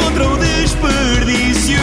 contra o desperdício.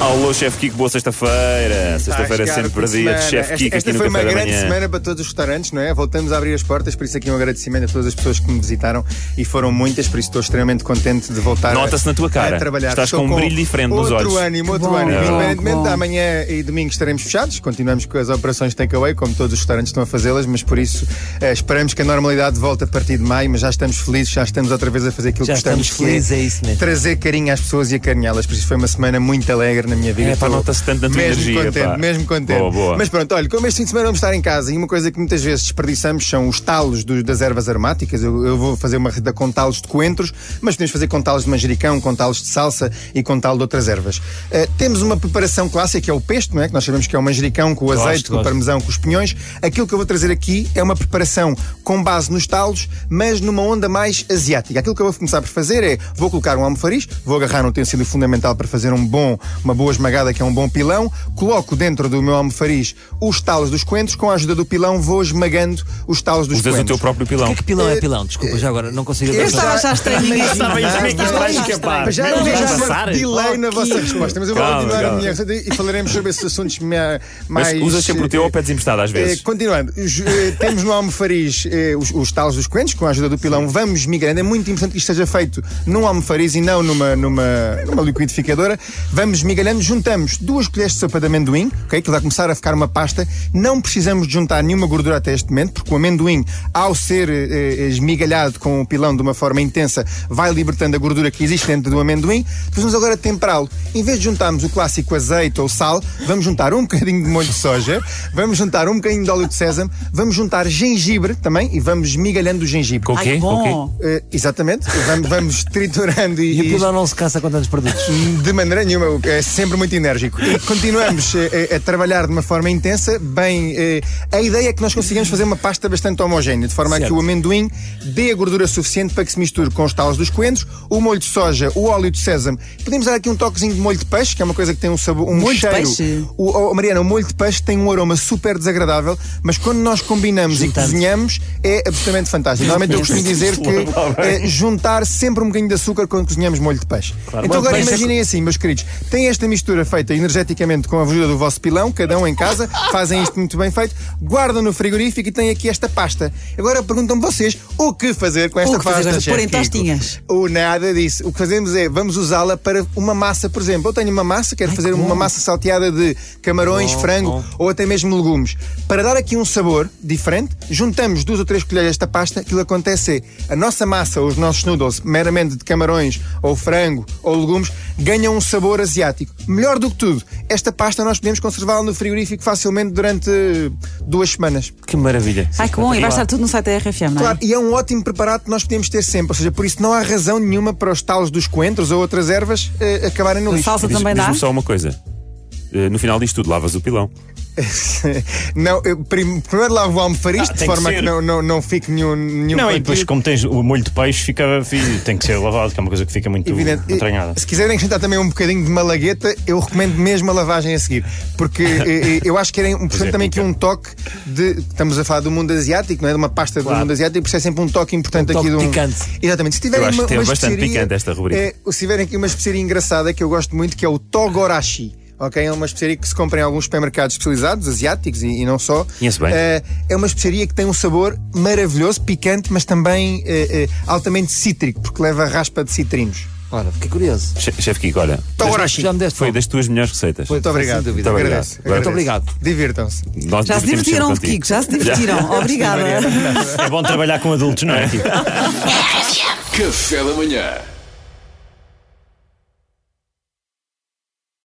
Alô, Chefe Kiko, boa sexta-feira. Sexta-feira é Tá chegar sempre o fim dia de de semana. Chefe Esta- Kiko Esta aqui foi no uma Café da grande Manhã. semana para todos os restaurantes, não é? Voltamos a abrir as portas, por isso aqui um agradecimento a todas as pessoas que me visitaram e foram muitas, por isso estou extremamente contente de voltar a- Nota-se na tua cara. a trabalhar. Estás Estou com um brilho diferente nos outro olhos. É ânimo, outro bom, ânimo. bom, Independentemente bom. de amanhã e domingo estaremos fechados, continuamos com as operações takeaway, como todos os restaurantes estão a fazê-las, mas por isso eh, esperamos que a normalidade volte a partir de maio, mas já estamos felizes, já estamos outra vez a fazer aquilo Já que gostamos. estamos felizes, que é isso mesmo. Trazer carinho às pessoas e acarinhá-las, por isso foi uma semana muito alegre na minha vida. É, pá, Estou nota-se tanto na tua mesmo energia, Contente, pá. Mesmo contente, Boa, boa. Mas pronto, olha, como este fim de semana vamos estar em casa e uma coisa que muitas vezes desperdiçamos são os talos do- das ervas aromáticas. Eu, eu vou fazer uma receita com talos de coentros, mas podemos fazer com talos de manjericão, com talos de salsa e com talo de outras ervas. Eh, temos uma preparação clássica que é o pesto, não é? Que nós sabemos que é o manjericão com o azeite, com o gosto. parmesão, com os pinhões. Aquilo que eu vou trazer aqui é uma preparação com base nos talos, mas numa onda mais asiática. Aquilo que eu vou começar por fazer é, vou colocar um almofariz, vou agarrar um utensílio fundamental para fazer um bom, uma boa esmagada que é um bom pilão, coloco dentro do meu almofariz os talos dos coentros, com a ajuda do pilão vou esmagando os talos dos Usas o coentros. teu próprio O que pilão. é que pilão é pilão? Desculpa, já agora não consigo Eu avançar. Estava já estranho nisso. Estava isso que isto vai escapar. Mas já era um Não vai grande passar? delay na vossa resposta, mas eu vou Calma, continuar a calma. minha receita e falaremos sobre esses assuntos minha- Mas mais. usas sempre o teu ou pedes emprestado às Eh, vezes? continuando, Os, eh, temos no almofariz eh, os, os talos dos coentros, com a ajuda do pilão vamos migrando. É muito importante que isto seja feito num almofariz e não numa, numa, numa liquidificadora. Vamos migrando, juntamos duas colheres de sopa de amendoim, ok? que vai começar a ficar uma pasta. Não precisamos de juntar nenhuma gordura até este momento, porque o amendoim, ao ser eh, esmigalhado com o pilão de uma forma intensa, vai libertando a gordura que existe dentro do amendoim. Depois vamos agora temperá-lo. Em vez de juntarmos o clássico azeite ou sal, vamos juntar um bocadinho de molho de soja, vamos juntar um bocadinho de óleo de sésamo, vamos juntar gengibre também e vamos esmigalhando o gengibre. Com o Ai, que quê? Com o quê? bom! Eh, exatamente, vamos, vamos triturando E o e, pilão não se cansa com tantos produtos. de maneira nenhuma, é sempre muito enérgico. E continuamos eh, eh, a trabalhar de uma forma intensa. Bem, eh, a ideia é que nós consigamos fazer uma pasta bastante homogénea, de forma a que Certo. o amendoim dê a gordura suficiente para que se misture com os talos dos coentros, o molho de soja, o óleo de sésamo. Podemos dar aqui um toquezinho de molho de peixe, que é uma coisa que tem um sabor, um Molho de cheiro. peixe? O, oh, Mariana, o molho de peixe tem um aroma super desagradável, mas quando nós combinamos Juntamos. e cozinhamos, é absolutamente fantástico. Normalmente eu costumo dizer que eh, juntar sempre um bocadinho de açúcar quando cozinhamos molho de peixe. Então Molho de agora peixe é imaginem assim, meus queridos, tem esta mistura feita energeticamente com a ajuda do vosso pilão, cada um em casa, fazem isto muito bem feito, guardam no frigorífico e têm aqui esta pasta. Agora perguntam-me vocês o que fazer com esta O que fazer pasta. com esta- chefe pôr em Kiko? tostinhas? Ou nada disso. O que fazemos é, vamos usá-la para uma massa, por exemplo. Eu tenho uma massa, quero fazer uma massa salteada de camarões, frango ou até mesmo legumes. Para dar aqui um sabor diferente, juntamos duas ou três colheres desta pasta. Aquilo que acontece é, a nossa massa ou os nossos noodles, meramente de camarões ou frango ou legumes, ganham um sabor asiático. Melhor do que tudo, esta pasta nós podemos conservá-la no frigorífico facilmente durante eh, duas semanas. Que maravilha. Ai que bom, e vai estar tudo no site da RFM, não é? Claro, e é um ótimo preparado que nós podemos ter sempre. Ou seja, por isso não há razão nenhuma para os talos dos coentros ou outras ervas eh, acabarem no A lixo. salsa Diz- também dá? Diz-me só uma coisa. Eh, No final disto tudo, lavas o pilão. não, eu prim- primeiro lavo o almofariz, de Ah, tem que forma que, ser. não, não, não fique nenhum, nenhum Não, e partido. depois, como tens o molho de peixe, fica, fi- tem que ser lavado, que é uma coisa que fica muito Evidente. E, entranhada. Se quiserem acrescentar também um bocadinho de malagueta, eu recomendo mesmo a lavagem a seguir. Porque eh, eh, eu acho que era importante é, também aqui Pica. um toque de. Estamos a falar do mundo asiático, não é? De uma pasta do mundo asiático, por isso é sempre um toque importante Um aqui toque de um. picante. Exatamente. Se tiverem Eu acho que uma, teve uma bastante especiaria, picante esta rubrica. eh, se tiverem aqui uma especiaria engraçada que eu gosto muito, que é o Togorashi. Ok, é uma especiaria que se compra em alguns supermercados especializados, asiáticos e, e não só. Conheço bem. Eh, eh, é uma especiaria que tem um sabor maravilhoso, picante, mas também eh, eh, altamente cítrico, porque leva raspa de citrinos. Ora, fiquei curioso. Che- Chefe Kiko, olha. Togorashi. Já me deste Foi fome. das tuas melhores receitas. Foi. Então, Muito obrigado. Sem dúvida. Muito obrigado. Agradeço, Agora- Muito agradeço. obrigado. Divirtam-se. Nós Já se divertimos sempre divertiram, contigo. Kiko, já se divertiram. Obrigada. É bom trabalhar com adultos, não é? Café da manhã.